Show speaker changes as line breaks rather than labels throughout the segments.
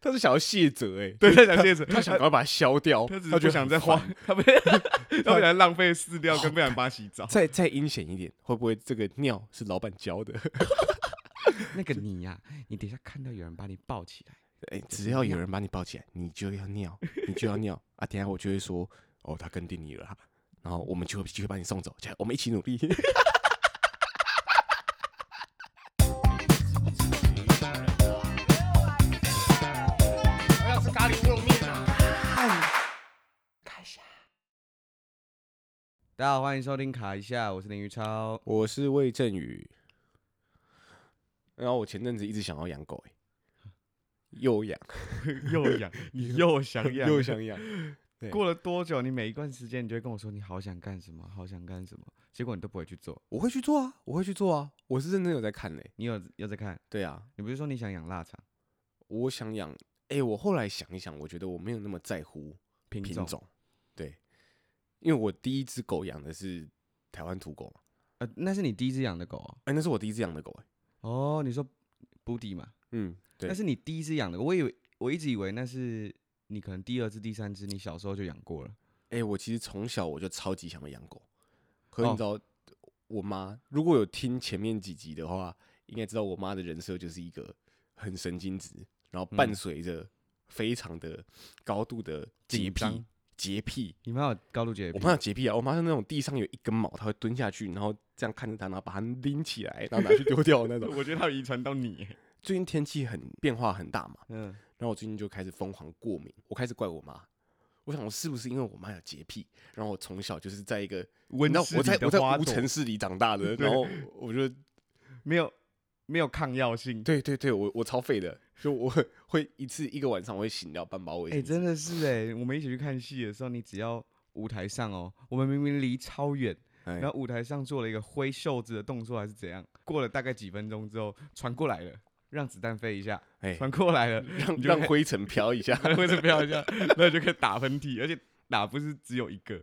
他是想要卸责哎、 欸，
对，他想卸责，
他想赶快把它消掉，
他只是
觉得
不想再
很烦
花，他 不他不想浪费饲料，跟不想帮他洗澡。
再再阴险一点，会不会这个尿是老板教的？
那个你呀、你等一下看到有人把你抱起来，
哎、只要有人把你抱起来，你就要 尿，你就要尿啊！等一下我就会说，哦，他跟定你了啦，然后我们就会就会把你送走，这样我们一起努力。
大家好，欢迎收听卡一下，我是林宇 超。
我是魏振宇，然后我前阵子一直想要 养狗、欸，又养
又 痒，你又想痒，
又。想 养，对
过了多久？你每一段时间，你就会跟我说你好想干什么，好想干什么，结果你都不会去做。
我会去做啊，我会去做啊，我是认真有在看嘞、欸
你有有在看？
对啊，
你不是说你想养腊肠
我想养，哎、我后来想一想，我觉得我没有那么在乎
品
品
种？
种，对，因为我第一只狗养的是台湾土狗嘛，
呃，那是你第一只养的狗
哎、那是我第一只养的狗、哎，
哦。哦，你说布迪嘛？
嗯，对
那，是你第一只养的狗。我以为我一直以为那是你可能第二只、第三只，你小时候就养过了。
哎、我其实从小我就超级想要养狗，可是
哦
你知道，我妈如果有听前面几集的话，应该知道我妈的人设就是一个很神经质，然后伴
嗯
随着非常的高度的
紧
洁癖
张，
洁癖，
你妈有高度洁
我
癖？
妈有洁癖啊，我妈是那种地上有一根毛，她会蹲下去，然后这样看着它，然后把它拎起来，然后拿去丢掉的那 种。
我觉得他遗传到你，
最近天气很变化很大嘛，
嗯，
然后我最近就开始疯狂过敏，我开始怪我妈。我想我是不是因为我妈有洁癖，然后我从小就是在一个
温
你知道
室
我
里
在
的
我在
花
无
朵
尘室里长大的，
对
然后我就
没有没有抗药性，
对对对，我我超废的，就我会一次一个晚上我会醒掉半包卫
哎、
生纸。
真的是哎、我们一起去看戏的时候，你只要舞台上哦，我们明明离超远，
哎
然后舞台上做了一个挥袖子的动作还是怎样，过了大概几分钟之后传过来了，让子弹飞一下，
哎，
传过来了，
让
你就
让
看
灰尘飘一下。
挥着飘一下，然后就可以打喷嚏，而且打不是只有一个。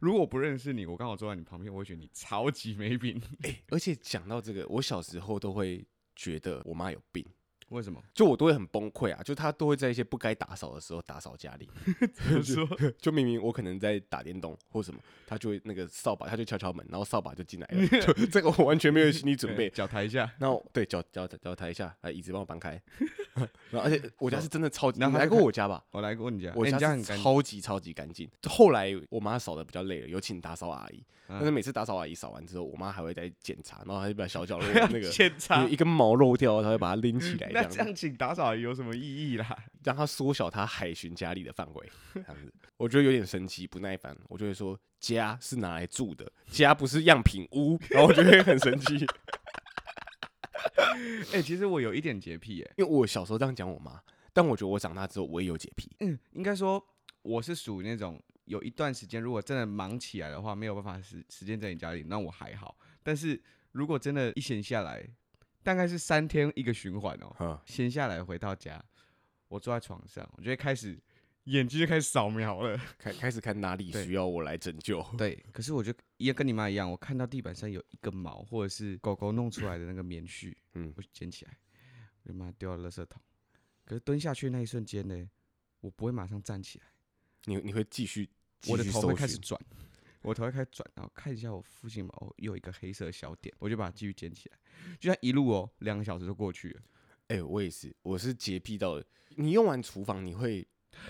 如果我不认识你，我刚好坐在你旁边，我会觉得你超级没品。
而且讲到这个，我小时候都会觉得我妈有病。
为 什么？
就我都会很崩溃啊，就他都会在一些不该打扫的时候打扫家里，
我说
就明明我可能在打电动或什么，他就会那个扫把，他就敲敲门，然后扫把就进来 了，就 这个我完全没有心理准备。
脚抬一下，
然后对脚脚脚抬一下，来椅子帮我搬开， 然后而 且我家是真的超级，
哦然
你
后他
来
就
过
看
我 家吧？
我来过你家，
我
哎你
家
很
是
干净。
超级超级干净。后来我妈扫的比较累了，有请打扫阿姨，
嗯
但是每次打扫阿姨扫完之后，我妈还会再检查，然后她就把小角 落
啊
那个
检查
有一根毛漏掉，她会把它拎起来，这
那
样
这样请打扫有什么意义啦？
让他缩小他海巡家里的范围， 这样子，我觉得有点神奇，不耐烦，我就会说家是拿来住的，家不是样品屋， 然后我就会很神 奇，
哎、其实我有一点洁癖、哎，
因为我小时候这样讲我妈，但我觉得我长大之后我也有洁癖，
嗯，应该说我是属于那种有一段时间，如果真的忙起来的话，没有办法时时间在你家里，那我还好。但是如果真的一闲下来，大概是三天一个循环哦，
哈，
闲下来回到家，我坐在床上，我就会开始
眼睛就开始扫描了，
开开始看哪里
对
需要我来拯救，
对，可是我就也跟你妈一样，我看到地板上有一根毛，或者是狗狗弄出来的那个棉絮，
嗯
我就捡起来，我就把它丢到垃圾桶。可是蹲下去那一瞬间呢，我不会马上站起来，
你你会继续，
我的
继续
头会
搜
开始
寻
转，我头会开始转，然后看一下我附近有没有哦有一个黑色的小点，我就把它继续捡起来。就像一路哦，两个小时就过去了，
哎、我也是，我是洁癖到的，你用完厨房你会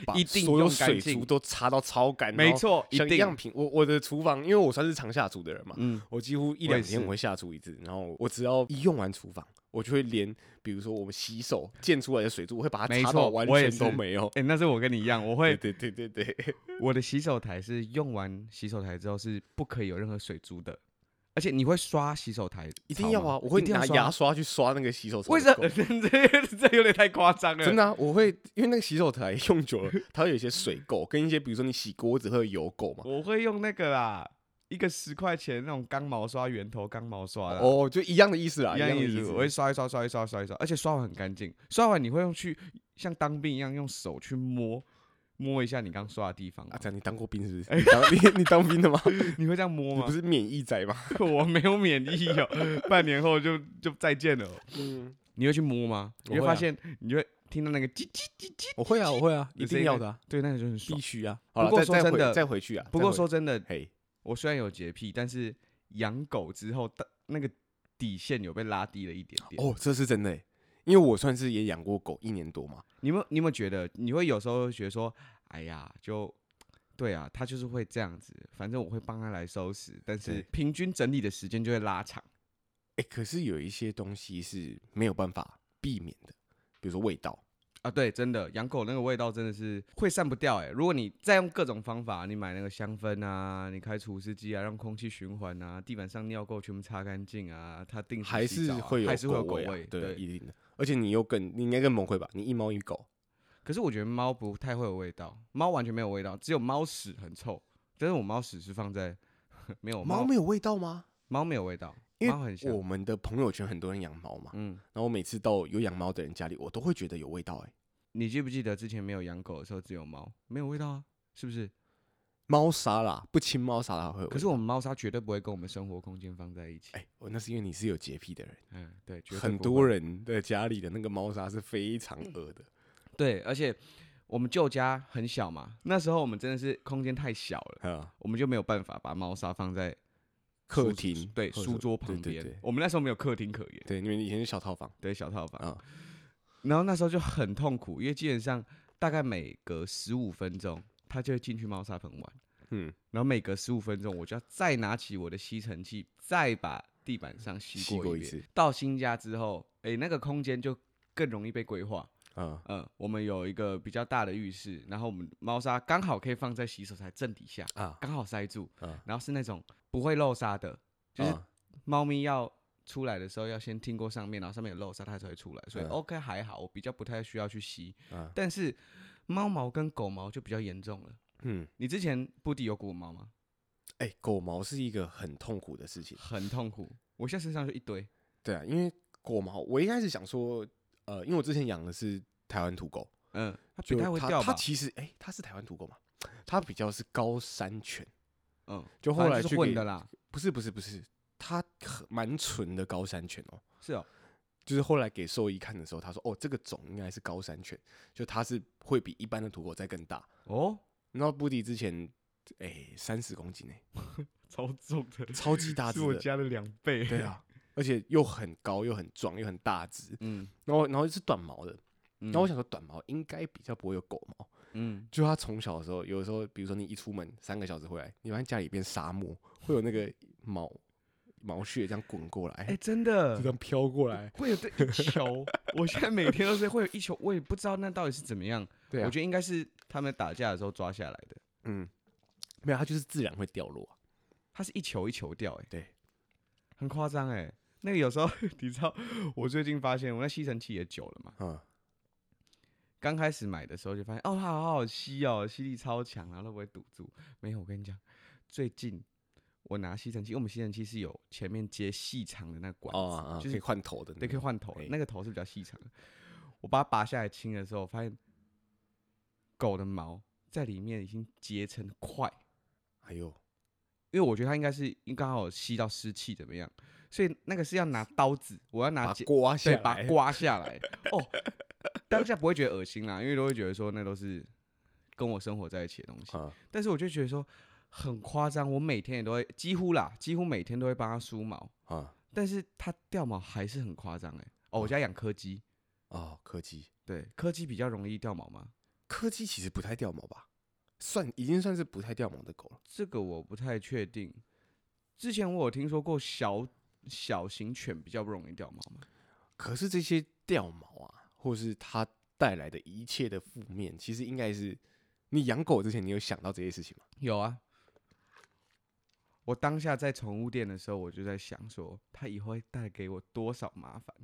把
一定
所有
用干
水
净
珠都擦到超干，
没，错，一
像
定。
样品，我我的厨房，因为我算是常下厨的人嘛，
嗯，
我几乎一
我也
两天
是
我会下厨一次，然后我只要一用完厨房，我就会连比如说我们洗手溅出来的水珠，我会把它
没
擦
错
到完
我也
全都
是
没有。
哎、那是我跟你一样，我
对
会
对对对对，
我的洗手台是用完洗手台之后是不可以有任何水珠的，而且你会刷洗手台，
一定要啊！我会
一定要
拿
刷
牙刷去刷那个洗手台。
为什么？？ 这这有点太夸张了，
真的啊、我会因为那个洗手台 用久了，它会有一些水垢，跟一些比如说你洗锅子会有油垢嘛。
我会用那个啦，一个十块钱那种钢毛刷，圆头钢毛刷啦。
哦，就一样的意思啦，
一
一
样
的
意
思
思，。我会刷一刷，刷一刷，刷一刷，而且刷完很干净。刷完你会用去像当兵一样用手去摸，摸一下你刚刷的地方嘛
啊，这样你当过兵是不是？你当你你当兵的吗？
你会这样摸
你
吗
不？是免疫仔吗？
我没有免疫哦，半年后就就再见了哦。
嗯，
你会去摸吗？
我
你会
会
发
啊
现，你就会听到那个叽叽叽叽，
我会啊，我会啊，
有
一
声
定
音
要的、啊，
对，那个就很爽
必。须啊。好了，
过
再
说
再
真
回
的
再回去啊。
不
再
过
回
说真的，
嘿，
我虽然有洁癖，但是养狗之后的那个底线有被拉低了一点点。
哦，这是真的欸，因为我算是也养过狗一年多嘛。
你有没有你有没有觉得，你会有时候觉得说，哎呀，就对啊，他就是会这样子，反正我会帮他来收拾，但是
对
平均整理的时间就会拉长。
哎、可是有一些东西是没有办法避免的，比如说味道。
啊，对，真的养狗那个味道真的是会散不掉哎、如果你再用各种方法，你买那个香氛啊，你开除湿机啊，让空气循环啊，地板上尿垢全部擦干净啊，它定时
还
洗
是
澡啊
会有
还是会有
狗
狗
味啊、
味，
对，一定的。而且你又更，你应该更崩溃吧？你一猫一狗，
可是我觉得猫不太会有味道，猫完全没有味道，只有猫屎很臭。但是我猫屎是放在没有
猫
没
没有味道吗？
猫没有味道，
因
猫很
为
香。
我们的朋友圈很多人养猫嘛，
嗯，
然后我每次到有养猫的人家里，我都会觉得有味道、欸。哎，
你记不记得之前没有养狗的时候只有猫，没有味道啊？是不是？
猫砂啦，不清猫砂啦会有味道。
可是我们猫砂绝对不会跟我们生活空间放在一起。
哎、我那是因为你是有洁癖的人，
嗯，对，绝对
很
不
多
会
人的家里的那个猫砂是非常恶的。
对，而且我们旧家很小嘛，那时候我们真的是空间太小了，
啊，
我们就没有办法把猫砂放在
客
书
厅
对
或者
书
是
桌
对
旁
对
边。
对
我们那时候没有客厅可言，
对，你们以前是小套房
对小套房。
啊，
然后那时候就很痛苦，因为基本上大概每隔十五分钟，他就会进去猫砂盆玩，
嗯，
然后每隔十五分钟，我就要再拿起我的吸尘器，再把地板上吸
吸
过
过
一
一
遍。
次
到新家之后，诶，那个空间就更容易被规划。
啊，
嗯，我们有一个比较大的浴室，然后我们猫砂刚好可以放在洗手台正底下，
啊
刚好塞住，
啊
然后是那种不会漏沙的，就是
啊
猫咪要出来的时候要先听过上面，然后上面有漏沙，它才会出来，所以
嗯
OK 还好，我比较不太需要去吸。
嗯
但是猫毛跟狗毛就比较严重了。
嗯，
你之前布迪有狗毛吗？
哎、狗毛是一个很痛苦的事情。
很痛苦，我现在身上就一堆。
对啊，因为狗毛，我一开始想说，呃，因为我之前养的是台湾土狗，
嗯，它不
就
太会
它
掉
它
吧？
其实哎、它是台湾土狗嘛，它比较是高山犬，
嗯，
就后
反正
来
就是
去
混
给
的啦。
不是不是不是，它很蛮纯的高山犬哦、
是哦，
就是后来给兽医看的时候，他说：“哦，这个种应该是高山犬，就它是会比一般的土狗再更大。
哦，”
然后布迪之前，哎，三十公斤呢、
超重的，
超级大只 的，
的两倍。
对啊， 而且又很高，又很壮，又很大只。
嗯，
然后，然后是短毛的，
嗯，
然后我想说短毛应该比较不会有狗毛，
嗯，
就它从小的时候，有的时候，比如说你一出门三个小时回来，你发现家里变沙漠，会有那个毛毛屑这样滚过来，
哎、真的
就这样飘过来。
会有这一球，我现在每天都是会有一球，我也不知道那到底是怎么样。
对啊，
我觉得应该是他们打架的时候抓下来的，
嗯，没有，它就是自然会掉落啊、
它是一球一球掉、欸，哎，
对，
很夸张哎。那个有时候 你知道，我最近发现我那吸尘器也久了嘛，
嗯。
刚开始买的时候就发现哦，它好好吸哦，吸力超强，然后都不会堵住。没有，我跟你讲，最近我拿吸尘器，因为我们吸尘器是有前面接细长的那管子，
哦啊啊
就
可
是
以换头的那种，
对，可以换头的
哎，
那个头是比较细长的。我把它拔下来清的时候，发现狗的毛在里面已经结成块，
哎呦，
因为我觉得它应该是因为刚好有吸到湿气怎么样，所以那个是要拿刀子，我要拿
把
剪，
刮下
对，
来，
把它刮下来。哦，当下不会觉得恶心啦，因为都会觉得说那都是跟我生活在一起的东西。
啊，
但是我就觉得说很夸张，我每天也都会几乎啦，几乎每天都会帮它梳毛，
啊
但是它掉毛还是很夸张哎。哦，
嗯
我家养柯基。
哦，柯基，
对，柯基比较容易掉毛吗？
柯基其实不太掉毛吧，算已经算是不太掉毛的狗了。
这个我不太确定。之前我有听说过小小型犬比较不容易掉毛吗？
可是这些掉毛啊，或是它带来的一切的负面，其实应该是你养狗之前，你有想到这些事情吗？
有啊。我当下在宠物店的时候，我就在想说，它以后会带给我多少麻烦？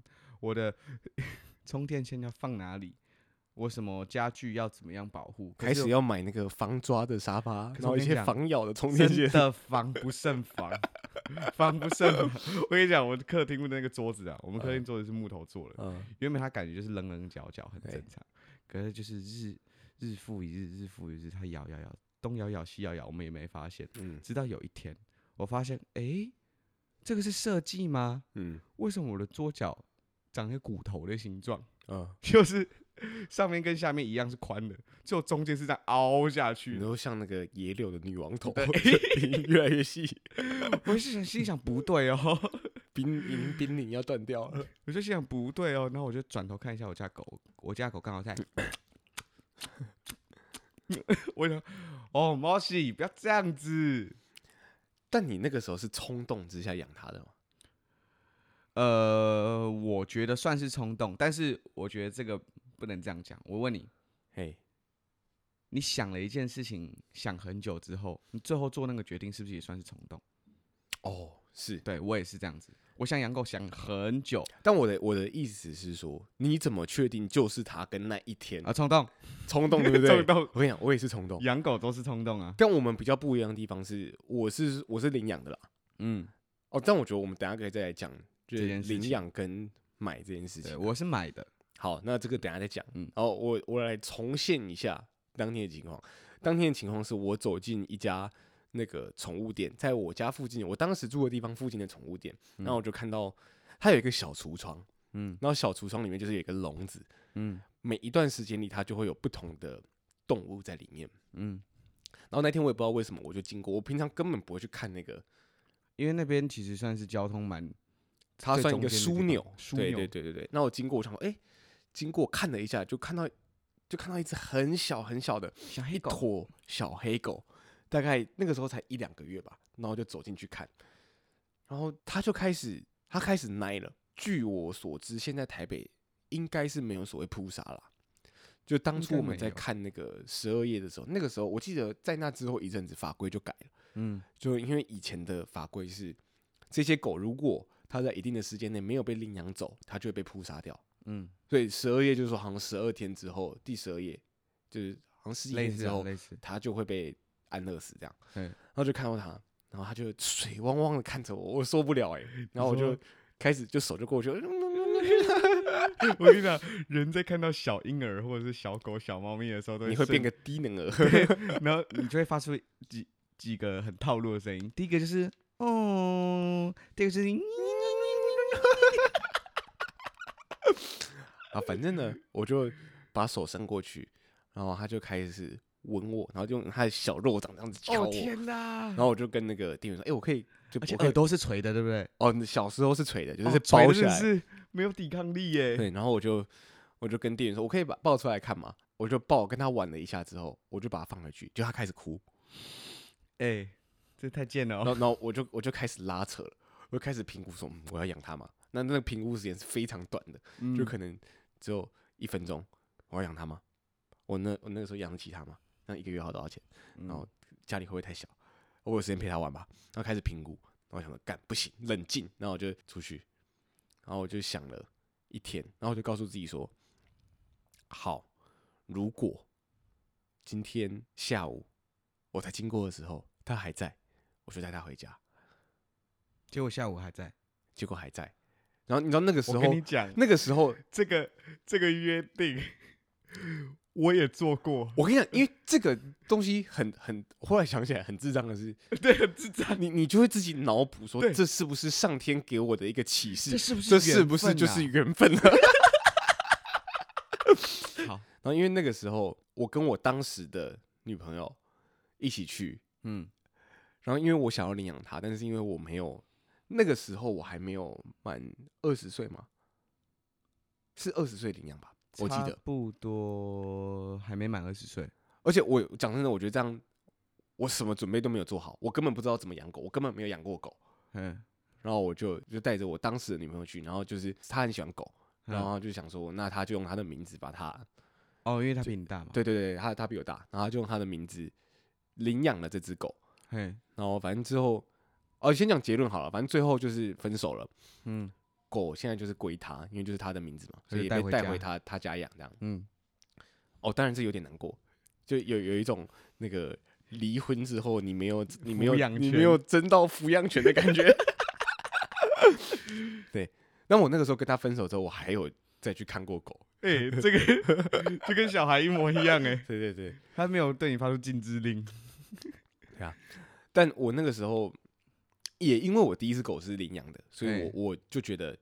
我的 充电线要放哪里？我什么家具要怎么样保护？可
开
是
始要买那个防抓的沙发，
可是
然后
我跟
一
你
些
讲
防咬的充电
真
线，
的防不胜防， 防不胜防。 我跟你讲，我客厅的那个桌子啊，我们客厅桌子是木头做的，
嗯，
原本他感觉就是棱棱角角，很
对
正常。可是就是日日复一日，日复一日，他咬咬咬，东咬咬西咬咬，我们也没发现。
嗯
直到有一天，我发现，诶，这个是设计吗？
嗯，
为什么我的桌角长一个骨头的形状？
嗯，
就是上面跟下面一样是宽的，只有中间是这样凹下去
你
的。
都像那个野柳的女王头，冰越来越细，
我是想心想不对哦，
冰银冰领要断掉 了。
我就心想不对哦，然后我就转头看一下我家狗，我家狗刚 好在，我想，哦，猫西不要这样子。
但你那个时候是冲动之下养它的吗？
呃，我觉得算是冲动，但是我觉得这个不能这样讲。我问你，
嘿，
你想了一件事情，想很久之后，你最后做那个决定，是不是也算是冲动？
哦，是。
对我也是这样子。我想养狗想很久
但我的我的意思是说，你怎么确定就是它跟那一天
啊，冲动，
冲动， 对不对？
冲动
我跟你讲，我也是冲动。
养狗都是冲动啊。
但我们比较不一样的地方是，我是我是领养的啦。
嗯，
哦，但我觉得我们等一下可以再来讲，就
这
是
件事
领
情
养跟买这件事
对，
情。
我是买的。
好，那这个等一下再讲。嗯
嗯，
然后我我来重现一下当天的情况。当天的情况是我走进一家那个宠物店，在我家附近，我当时住的地方附近的宠物店，然后我就看到它有一个小橱窗，
嗯
然后小橱窗里面就是有一个笼子，
嗯
每一段时间里它就会有不同的动物在里面。
嗯，
然后那天我也不知道为什么，我就经过，我平常根本不会去看那个，
因为那边其实算是交通蛮，
它
最
算一
中
个
间的地
枢
方
纽，
枢
对
纽
对对对对。那我经过，我想说，哎、经过看了一下，就看到就看到一只很小很小的。
小
一
黑狗
坨小黑狗，大概那个时候才一两个月吧，然后就走进去看，然后它就开始，它开始奶了。据我所知，现在台北应该是没有所谓扑杀啦。就当初
应该
我们
没
在
有
看那个十二夜的时候，那个时候我记得在那之后一阵子法规就改了，
嗯
就因为以前的法规是这些狗如果它在一定的时间内没有被领养走，它就会被扑杀掉。
嗯，
所以十二夜就是说，好像十二天之后，第十二夜就是好像十几
类
天
似
之
啊
后，
类似，
他就会被安乐死这样。
嗯
然后就看到他，然后他就水汪汪的看着我，我受不了哎、然后我就
说
开始就手就过去，
我跟你讲，人在看到小婴儿或者是小狗、小猫咪的时候，都
你会变
个，
个低能 儿，
然后你就会发出几几个很套路的声音。第一个就是哦，第二个就是咦
啊，反正呢，我就把手伸过去，然后他就开始吻我，然后就用他的小肉掌这样子敲
哦
我，
天哪
然！后我我就跟那个店员说，哎、我可以就
而且
我可
耳
以
朵是垂的，对不对？
哦，你小时候是垂的，就
哦
是
垂
包
的
起
真
来，
的是没有抵抗力耶。
对，然后我就我就跟店员说，我可以把抱出来看嘛，我就抱跟他玩了一下之后，我就把他放回去，就他开始哭，
哎，这太贱了
然
哦！
后然后我就我就开始拉扯了，我就开始评估说、嗯我要养它嘛。那那个评估时间是非常短的，
嗯
嗯
就可能只有一分钟。我要养它吗？我那我那个时候养得起它吗？那一个月要多少钱？
嗯
然后家里会不会太小？我有时间陪它玩吧。然后开始评估，然后我想说干不行，冷静。然后我就出去，然后我就想了一天，然后我就告诉自己说，好，如果今天下午我才经过的时候，它还在，我就带它回家。
结果下午还在。
结果还在。然后你知道那个时
我
候，
跟你讲，
那个时候，
这个这个约定，我也做 过，
我跟你讲，因为这个东西很很，后来想起来很智障的是，
对，很智障。
你你就会自己脑补说，
对
这是不是上天给我的一个启示？
这是不是
这是
缘
不是
分
就是
啊
缘分了？
好，
然后因为那个时候，我跟我当时的女朋友一起去，
嗯
然后因为我想要领养她，但是因为我没有，那个时候我还没有满二十岁嘛，是二十岁领养吧？我记
差
得，
不多还没满二十岁。
而且我讲真的，我觉得这样我什么准备都没有做好，我根本不知道怎么养狗，我根本没有养过狗。
嗯，
然后我就就带着我当时的女朋友去，然后就是她很喜欢狗，
嗯
然后就想说，那她就用她的名字把它，
哦，因为他比你大嘛。，
对对对，她她比我大，然后她就用她的名字领养了这只狗。
嘿，
然后反正之后，哦，先讲结论好了，反正最后就是分手了。
嗯
狗现在就是归她，因为就是她的名字嘛，所以也
带
被
回
带
家
回她她家养这样。
嗯，
哦，当然是有点难过，就有有一种那个离婚之后你没有你没有
抚养
你
权
没有争到抚养权的感觉。 对，那我那个时候跟他分手之后，我还有再去看过狗。
哎、这个就跟小孩一模一样哎、
对对对，
他没有对你发出禁止令。
但我那个时候也因为我第一只狗是领养的，所以我
哎
我就觉得，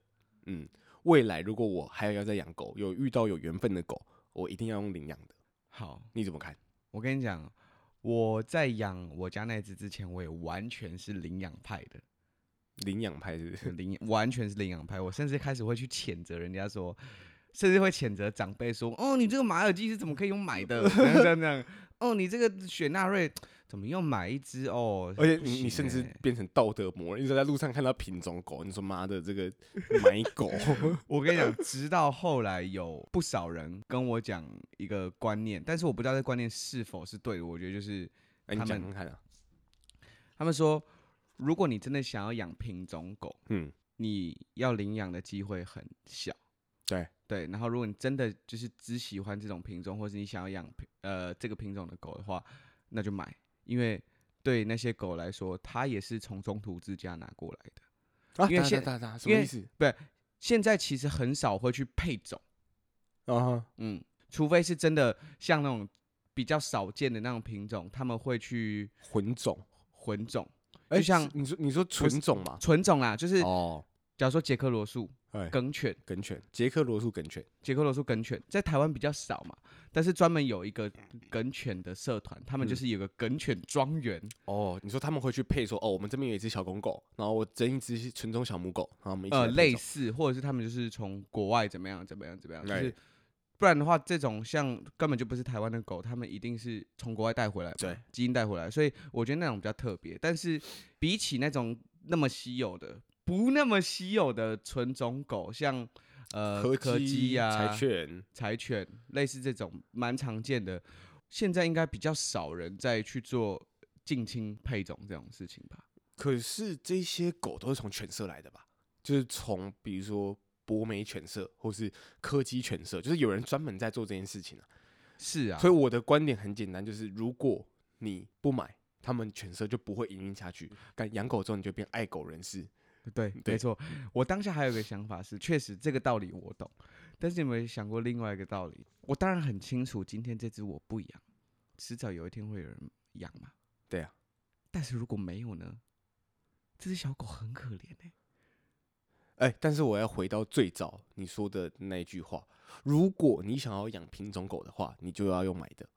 嗯，未来如果我还要再养狗，有遇到有缘分的狗，我一定要用领养的。
好，
你怎么看？
我跟你讲，我在养我家那只之前，我也完全是领养派的，
领养派是不是？
就领养完全是领养派。我甚至开始会去谴责人家说，甚至会谴责长辈说：“哦，你这个马尔济斯怎么可以用买的？”这样这样这样。哦，你这个雪纳瑞怎么又买一只哦？
而且
不
你你
行
甚至
欸
变成道德魔人，你说在路上看到品种狗，你说妈的这个买狗，
我跟你讲，直到后来有不少人跟我讲一个观念，但是我不知道这观念是否是对的。我觉得就是
哎、
他
你
们
讲看看啊，
他们说，如果你真的想要养品种狗，
嗯，
你要领养的机会很小。
对
对，然后如果你真的就是只喜欢这种品种，或是你想要养品呃这个品种的狗的话，那就买，因为对那些狗来说，它也是从中途之家拿过来的。
啊，
因为
打
现
打打打什
因
么
为
意思
现在其实很少会去配种。
啊哈？
嗯，除非是真的像那种比较少见的那种品种，他们会去
混种，
混种，
哎、
就像
是你说你说纯种嘛？
纯种啦，就是
哦，
假如说捷克罗素
哎，
梗犬，
梗犬，捷克罗素梗犬，
捷克罗素梗犬在台湾比较少嘛，但是专门有一个梗犬的社团，他们就
嗯
是有个梗犬庄园，
哦，你说他们会去配说，哦，我们这边有一只小公狗，然后我整一只纯种小母狗，然后我们一起
呃，
来配
类
种
似，或者是他们就是从国外怎么样怎么样怎么样，就
哎
是。不然的话，这种像根本就不是台湾的狗，他们一定是从国外带回来嘛，
对
基因带回来，所以我觉得那种比较特别。但是比起那种那么稀有的、不那么稀有的纯种狗，像呃
柯
柯基呀、
柴犬，
柴犬，类似这种蛮常见的，现在应该比较少人再去做近亲配种这种事情吧？
可是这些狗都是从犬舍来的吧？就是从比如说博美犬舍或是柯基犬舍，就是有人专门在做这件事情啊。
是啊，
所以我的观点很简单，就是如果你不买，他们犬舍就不会营运下去。但养狗之后，你就变爱狗人士。
对，
对
没错。我当下还有一个想法是，确实这个道理我懂，但是你有没有想过另外一个道理？我当然很清楚，今天这只我不养，迟早有一天会有人养嘛。
对啊，
但是如果没有呢？这只小狗很可怜哎、
哎、但是我要回到最早你说的那一句话：如果你想要养品种狗的话，你就要用买的。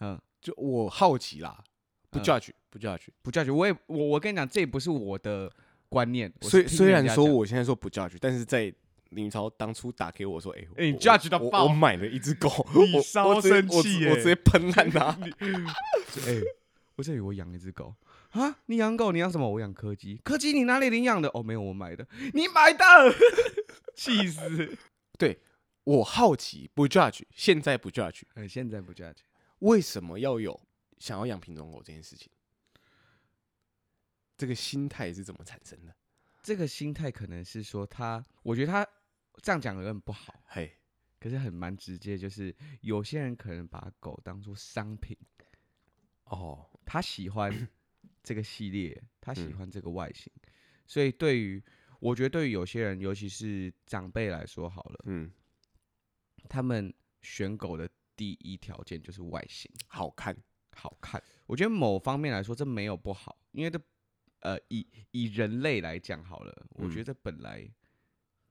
嗯，
就我好奇啦，不
嗯
judge，、不 judge。
不叫去，我也我我跟你讲，这也不是我的观念。我是
虽
听
虽
人
然
家
说
讲
我现在说不 judge，但是在林超当初打给我说：“哎、
哎你
我
judge 到
我
爆
我买了一只狗，
你
我
稍
我直接
生
我
气
直我
耶
直接喷烂他。
哎、我这里我养了一只狗啊！你养狗，你养什么？我养柯基。柯基你哪里领养的？哦，没有，我买的。你买的， 气死！
我好奇不 judge，现在不 judge，
哎，现在不 judge，
为什么要有想要养品种狗这件事情？这个心态是怎么产生的？
这个心态可能是说他，我觉得他这样讲有点不好，
嘿，
可是很蛮直接，就是有些人可能把狗当做商品，
哦，
他喜欢这个系列，他喜
嗯
欢这个外形，所以对于我觉得对于有些人，尤其是长辈来说好了，
嗯，
他们选狗的第一条件就是外形。
好看，
好看。我觉得某方面来说，这没有不好，因为这呃，以以人类来讲好了，我
嗯
觉得这本来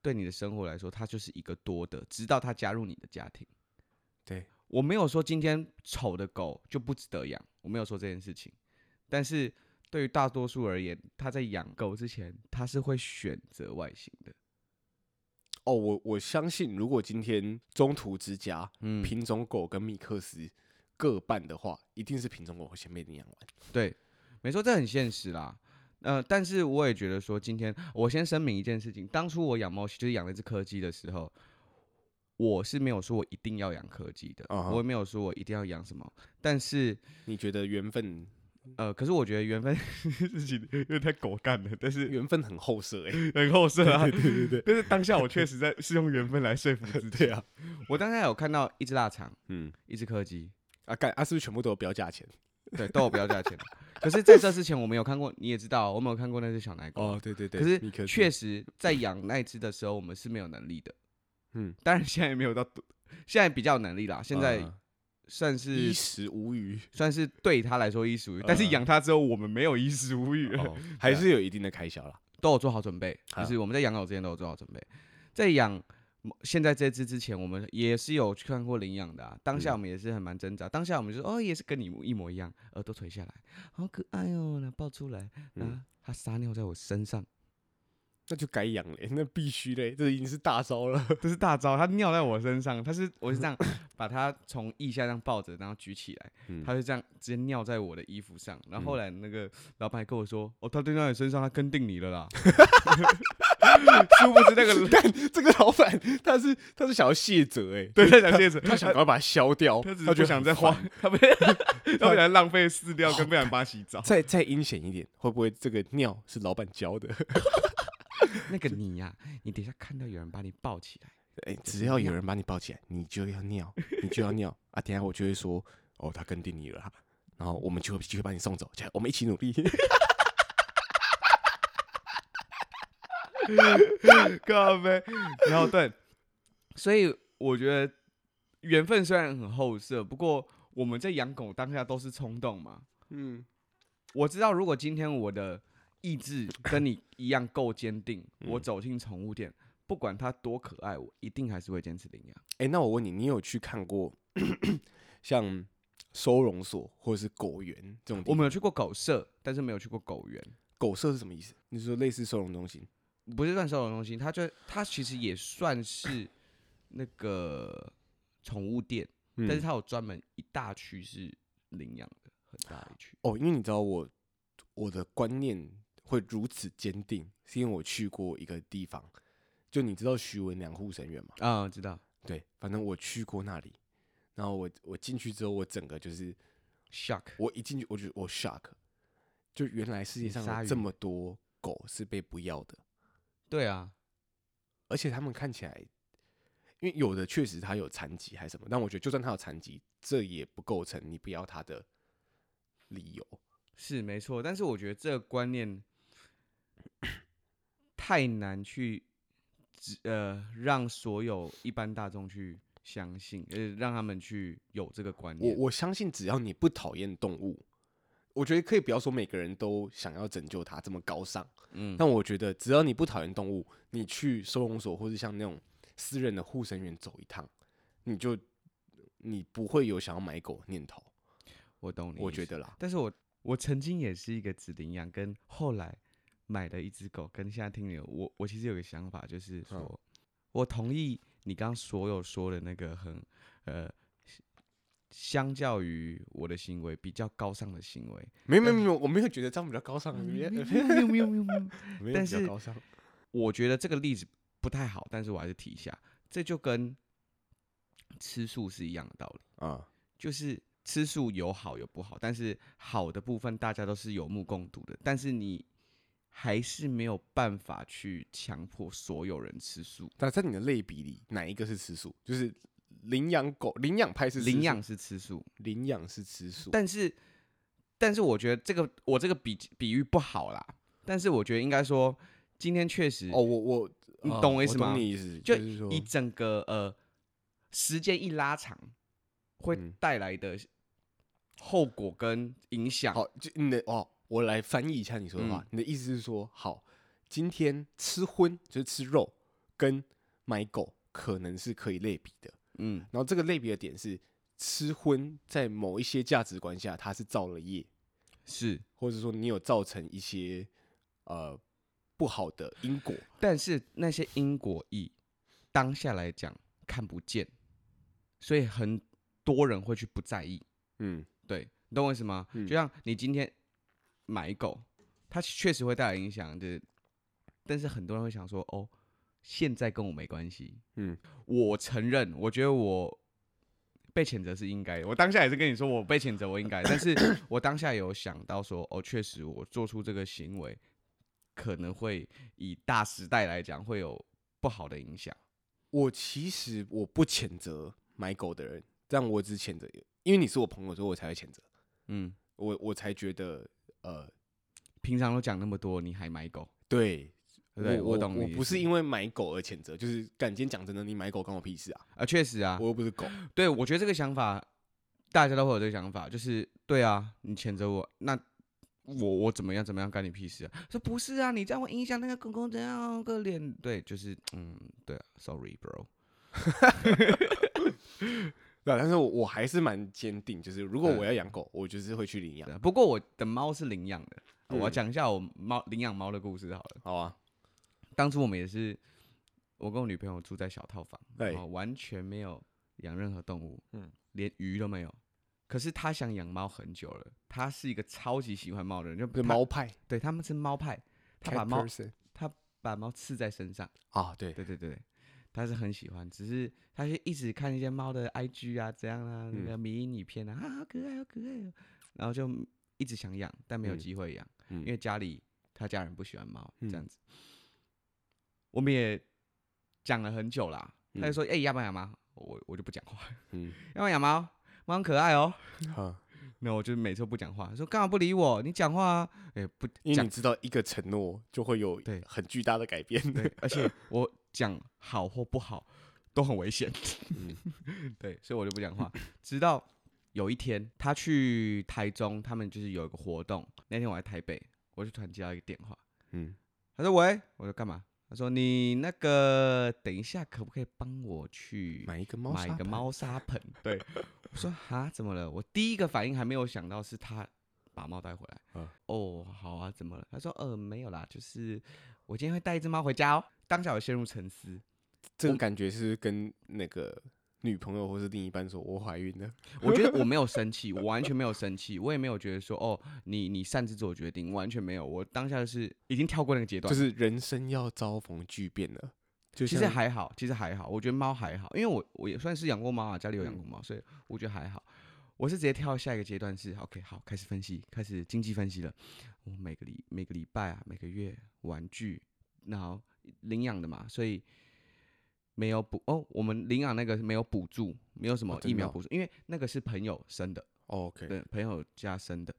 对你的生活来说，它就是一个多的，直到它加入你的家庭。
对，
我没有说今天丑的狗就不值得养，我没有说这件事情，但是。对于大多数而言，他在养狗之前，他是会选择外形的。
哦，我我相信，如果今天中途之家、
嗯
品种狗跟米克斯各半的话，一定是品种狗会先被领养完。
对，没错，这很现实啦。呃，但是我也觉得说，今天我先声明一件事情：当初我养猫，就是养了一只柯基的时候，我是没有说我一定要养柯基的
啊哈
我也没有说我一定要养什么。但是，
你觉得缘分
呃，可是我觉得缘分，
事情有点太狗干了，但是
缘分很厚色哎、
嗯
很后色啊。
对对对，
但是当下我确实在是用缘分来说服自己啊。
我当下有看到一只腊肠，
嗯，
一只柯基，
啊干啊是不是全部都有标价钱？
对，都有标价钱。可是在这之前，我没有看过，你也知道，我没有看过那只小奶狗。
哦，对对对，米
可
克斯
是确实，在养那一只的时候，我们是没有能力的。
嗯，
当然现在也没有到多，现在比较有能力啦。现在
啊
算是、
衣食无余，
算是对他来说衣食无余，但是
呃
养它之后，我们没有衣食无余， 啊
哦，还是有一定的开销啦。
都有做好准备，
哦啊
就是我们在养狗之前都有做好准备。在养某现在这只之前，我们也是有去看过领养的、啊，当
嗯
下我们也是很蛮挣扎，当下我们就说哦，也是跟你一模一样，耳朵垂下来，好可爱哦，然后抱出来，然后
嗯
它撒尿在我身上，
那就该养嘞，那必须嘞，这已经是大招了。
这是大招，它尿在我身上，它是我是这 样把它从腋下这样抱着，然后举起来，
嗯
它就这样直接尿在我的衣服上，然后后
嗯
来那个老板还跟我说，哦，它尿在你身上，它跟定你了啦， 殊不 知 那个
这个老板他是他是想要卸责哎，
对，他想戒指，
他想要把它消掉，
他只
他
是
就
不想再花，他不 他不想浪费饲料，跟不想帮他洗澡。
再再阴险一点，会不会这个尿是老板教的？
那个你呀、你等一下看到有人把你抱起来，
哎、只要有人把你抱起来，你就要 尿，你就要尿啊！等一下我就会说，哦，他跟定你了啦，然后我们就会就会把你送走，这样我们一起努力。
靠呗。 然后对，所以我觉得缘分虽然很厚涩，不过我们在养狗当下都是冲动嘛。
嗯
我知道，如果今天我的 意志跟你一样够坚定，我
嗯
走进宠物店，不管它多可爱，我一定还是会坚持领养。
哎、那我问你，你有去看过 像收容所或者是狗园这种地
我
方？
们有去过狗舍，但是没有去过狗园。
狗舍是什么意思？你是说类似收容中心？
不是算收容中心，它就它其实也 算是那个宠物店，
嗯
但是它有专门一大区是领养的，很大一区。
哦，因为你知道我我的观念会如此坚定，是因为我去过一个地方，就你知道徐文良护神院吗？
啊、知道，
对，反正我去过那里，然后我我进去之后，我整个就是
，shock，
我一进去我就我 shock，就原来世界
你
上
鲨
有这
鱼
么多狗是被不要的，
对啊，
而且它们看起来，因为有的确实它有残疾还是什么，但我觉得就算它有残疾，这也不构成你不要它的理由。
是没错。但是我觉得这个观念太难去只，呃，让所有一般大众去相信，呃，让他们去有这个观
我
念。
我相信，只要你不讨厌动物，我觉得可以不要说每个人都想要拯救它这么高尚，
嗯，
但我觉得只要你不讨厌动物，你去收容所或是像那种私人的护生园走一趟，你就你不会有想要买狗的念头，
我懂你，
我觉得啦。
但是我我曾经也是一个只领养，跟后来买的一只狗，跟现在听你的，我我其实有个想法，就是说，我同意你刚刚所有说的那个很呃，相较于我的行为比较高尚的行为，
没有没有没有，我没有觉得这样比较高 尚，没 有
嗯没有没有没有没有，
没有
但
比较
是
高尚。
我觉得这个例子不太好，但是我还是提一下，这就跟吃素是一样的道理。
啊，
就是吃素有好有不好，但是好的部分大家都是有目共睹的，但是你还是没有办法去强迫所有人吃素。
但在你的类比里，哪一个是吃素？就是领养狗，领养派是吃素
领养，是吃素，
领养是吃素。
但是但是我觉得这个我这个比比喻不好啦，但是我觉得应该说今天确实
哦，我我
你
啊
懂我意思吗
懂你意思，
就是
说
一整个呃时间一拉长会
嗯
带来的后果跟影响。
好，就你的哦，我来翻译一下你说的话。
嗯
你的意思是说，好，今天吃荤就是吃肉，跟买狗可能是可以类比的。
嗯，
然后这个类比的点是，吃荤在某一些价值观下，它是造了业，
是。
或者说你有造成一些呃不好的因果。
但是那些因果义，当下来讲看不见，所以很多人会去不在意。
嗯
对你懂我意思吗？
嗯
就像你今天买狗，它确实会带来影响的，但是很多人会想说，哦，现在跟我没关系。
嗯，
我承认，我觉得我被谴责是应该的。我当下也是跟你说，我被谴责我应该，但是我当下有想到说，哦，确实我做出这个行为，可能会以大时代来讲会有不好的影响。
我其实我不谴责买狗的人，但我只谴责，因为你是我朋友，所以我才会谴责。
嗯，
我我才觉得呃，
平常都讲那么多，你还买狗，
对，
对不对？
我
我懂你
我
的意
不
思
是因为买狗而谴责，就是感今天讲真的，你买狗关我屁事啊！
啊，确实啊，
我又不是狗，
对，我觉得这个想法，大家都会有这个想法，就是对啊，你谴责我，那我我怎么样怎么样干你屁事啊？说不是啊，你这样会影响那个公公这样个脸，对，就是嗯，对啊，sorry bro，
对啊，但是我我还是蛮坚定，就是如果
嗯
我要养狗，我就是会去领养
对。啊不过我的猫是领养的，啊我要
嗯
讲一下我猫领养猫的故事好了。
好啊，
当初我们也是，我跟我女朋友住在小套房，
对
然后完全没有养任何动物，
嗯
哎嗯，连鱼都没有。可是她想养猫很久了，她是一个超级喜欢猫的人，就
就
她，
猫派，
对他们是猫派，她
cat
把猫
person
把猫刺在身上，
啊，对，
对对对，她是很喜欢，只是她就一直看一些猫的 IG 啊，这样啊，那
嗯
个迷因影片啊，啊，好可爱，好可爱、哦，然后就一直想养，但没有
嗯
机会养。
嗯
因为家里他家人不喜欢猫，这样
嗯
子。我们也讲了很久啦，他就
嗯
说：“哎、要不要养猫？”我我就不讲话，
嗯，
要不要养猫？猫很可爱哦。
好，
那我就每次不讲话，说干嘛不理我？你讲话啊？哎、不
因为
讲
你知道一个承诺就会有
对
很巨大的改变，
对，而且我讲好或不好都很危险。
嗯
对，所以我就不讲话。直到有一天，他去台中，他们就是有一个活动，那天我在台北，我就突然接到一个电话，
嗯，
他说喂，我说干嘛？他说你那个等一下可不可以帮我去
买一个猫，
买一个，猫砂盆？ 对，我说哈怎么了？我第一个反应还没有想到是他把猫带回来。
嗯
哦，好啊，怎么了？他说呃没有啦，就是我今天会带一只猫回家哦。当下我陷入沉思，
这个感觉是跟那个女朋友或是另一半说我怀孕了，
我觉得我没有生 气，我完全没有生气，我也没有觉得说哦你你擅自做决定，完全没有。我当下就是已经跳过那个阶段
就
了，
是人生要遭逢巨变了，就
啊其实
像
还好，其实还好，我觉得猫还好，因为我我也算是养过猫啊，家里有养
嗯
过猫，所以我觉得还好。我是直接跳到下一个阶段是 OK，好，开始分析，开始经济分析了。我每个礼每个礼拜啊，每个月玩具，然后领养的嘛，所以没有补哦。我们领养那个没有补助，没有什么
真
疫苗
的哦
补助，因为那个是朋友生的，
OK，
对，朋友家生的。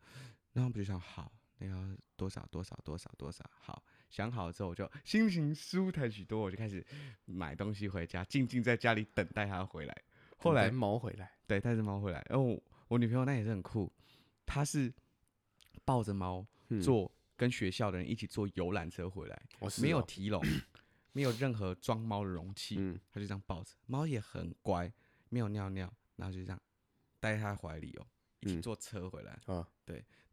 然后我们就想好，那要多少多少多少多少，好，想好之后我就心情舒坦许多，我就开始买东西回家，静静在家里等待它回来。后
等
来
待猫回来，
对，带着猫回来，然后我我女朋友那也是很酷，她是抱着猫
嗯
坐跟学校的人一起坐游览车回来，
哦是
没有
哦
提笼，没有任何装猫的容器，
嗯
她就这样抱着，猫也很乖，没有尿尿，然后就这样待在她怀里哦，一起
嗯
坐车回来。
啊，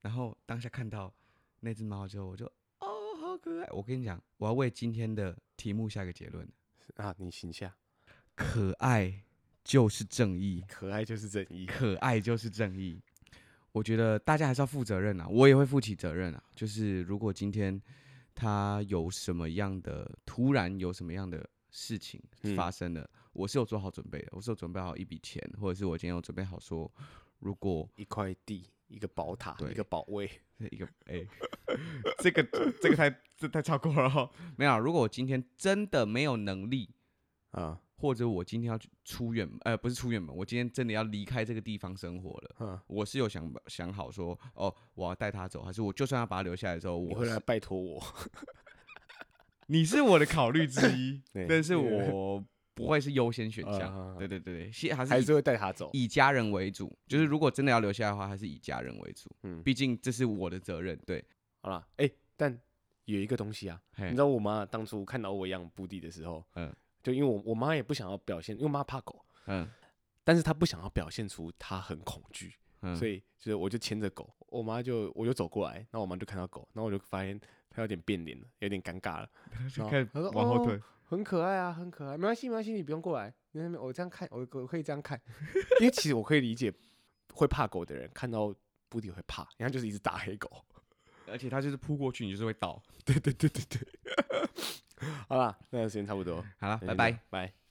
然后当下看到那只猫之后，我就哦，好可爱！我跟你讲，我要为今天的题目下一个结论：
啊，你请下，
可爱就是正义，
可爱就是正义，
可爱就是正义。我觉得大家还是要负责任啊，我也会负起责任啊。就是如果今天他有什么样的突然有什么样的事情
嗯
发生了，我是有做好准备的，我是有准备好一笔钱，或者是我今天有准备好说，如果
一块地，一个宝塔，一
对
个宝位，
一个哎、这个这个太这太超过了、哦。没有啊，如果我今天真的没有能力，
啊，
或者我今天要去出远呃不是出远门，我今天真的要离开这个地方生活了，
嗯，
我是有想想好说哦，我要带他走，还是我就算要把他留下来的时候，
你
我
会来
是
拜托我，
你是我的考虑之一，
对
但是
因为
我不会是优先选项。
啊
对对对对，先还是
还
以
是会带他走，
以家人为主，就是如果真的要留下来的话，还是以家人为主。
嗯
毕竟这是我的责任。对，
好啦，哎、但有一个东西啊，
嘿
你知道我妈当初看到我养布丁的时候，嗯
哎嗯，
就因为我我妈也不想要表现，因为我妈怕狗，
嗯
但是她不想要表现出她很恐惧，
嗯，
所以就是我就牵着狗，我妈就我就走过来，然后我妈就看到狗，然后我就发现她有点变脸了，有点尴尬了，然后
开始
她说
往后
哦
退，
很可爱啊，很可爱，没关系没关系，你不用过来，你在那边我这样看，我我可以这样看， 因为其实我可以理解会怕狗的人看到布丁会怕，然后就是一只大黑狗。
而且他就是扑过去，你就是会倒。
对对对对对，好啦，那时间差不多，
好了，
那
拜
先这
拜
样。，拜。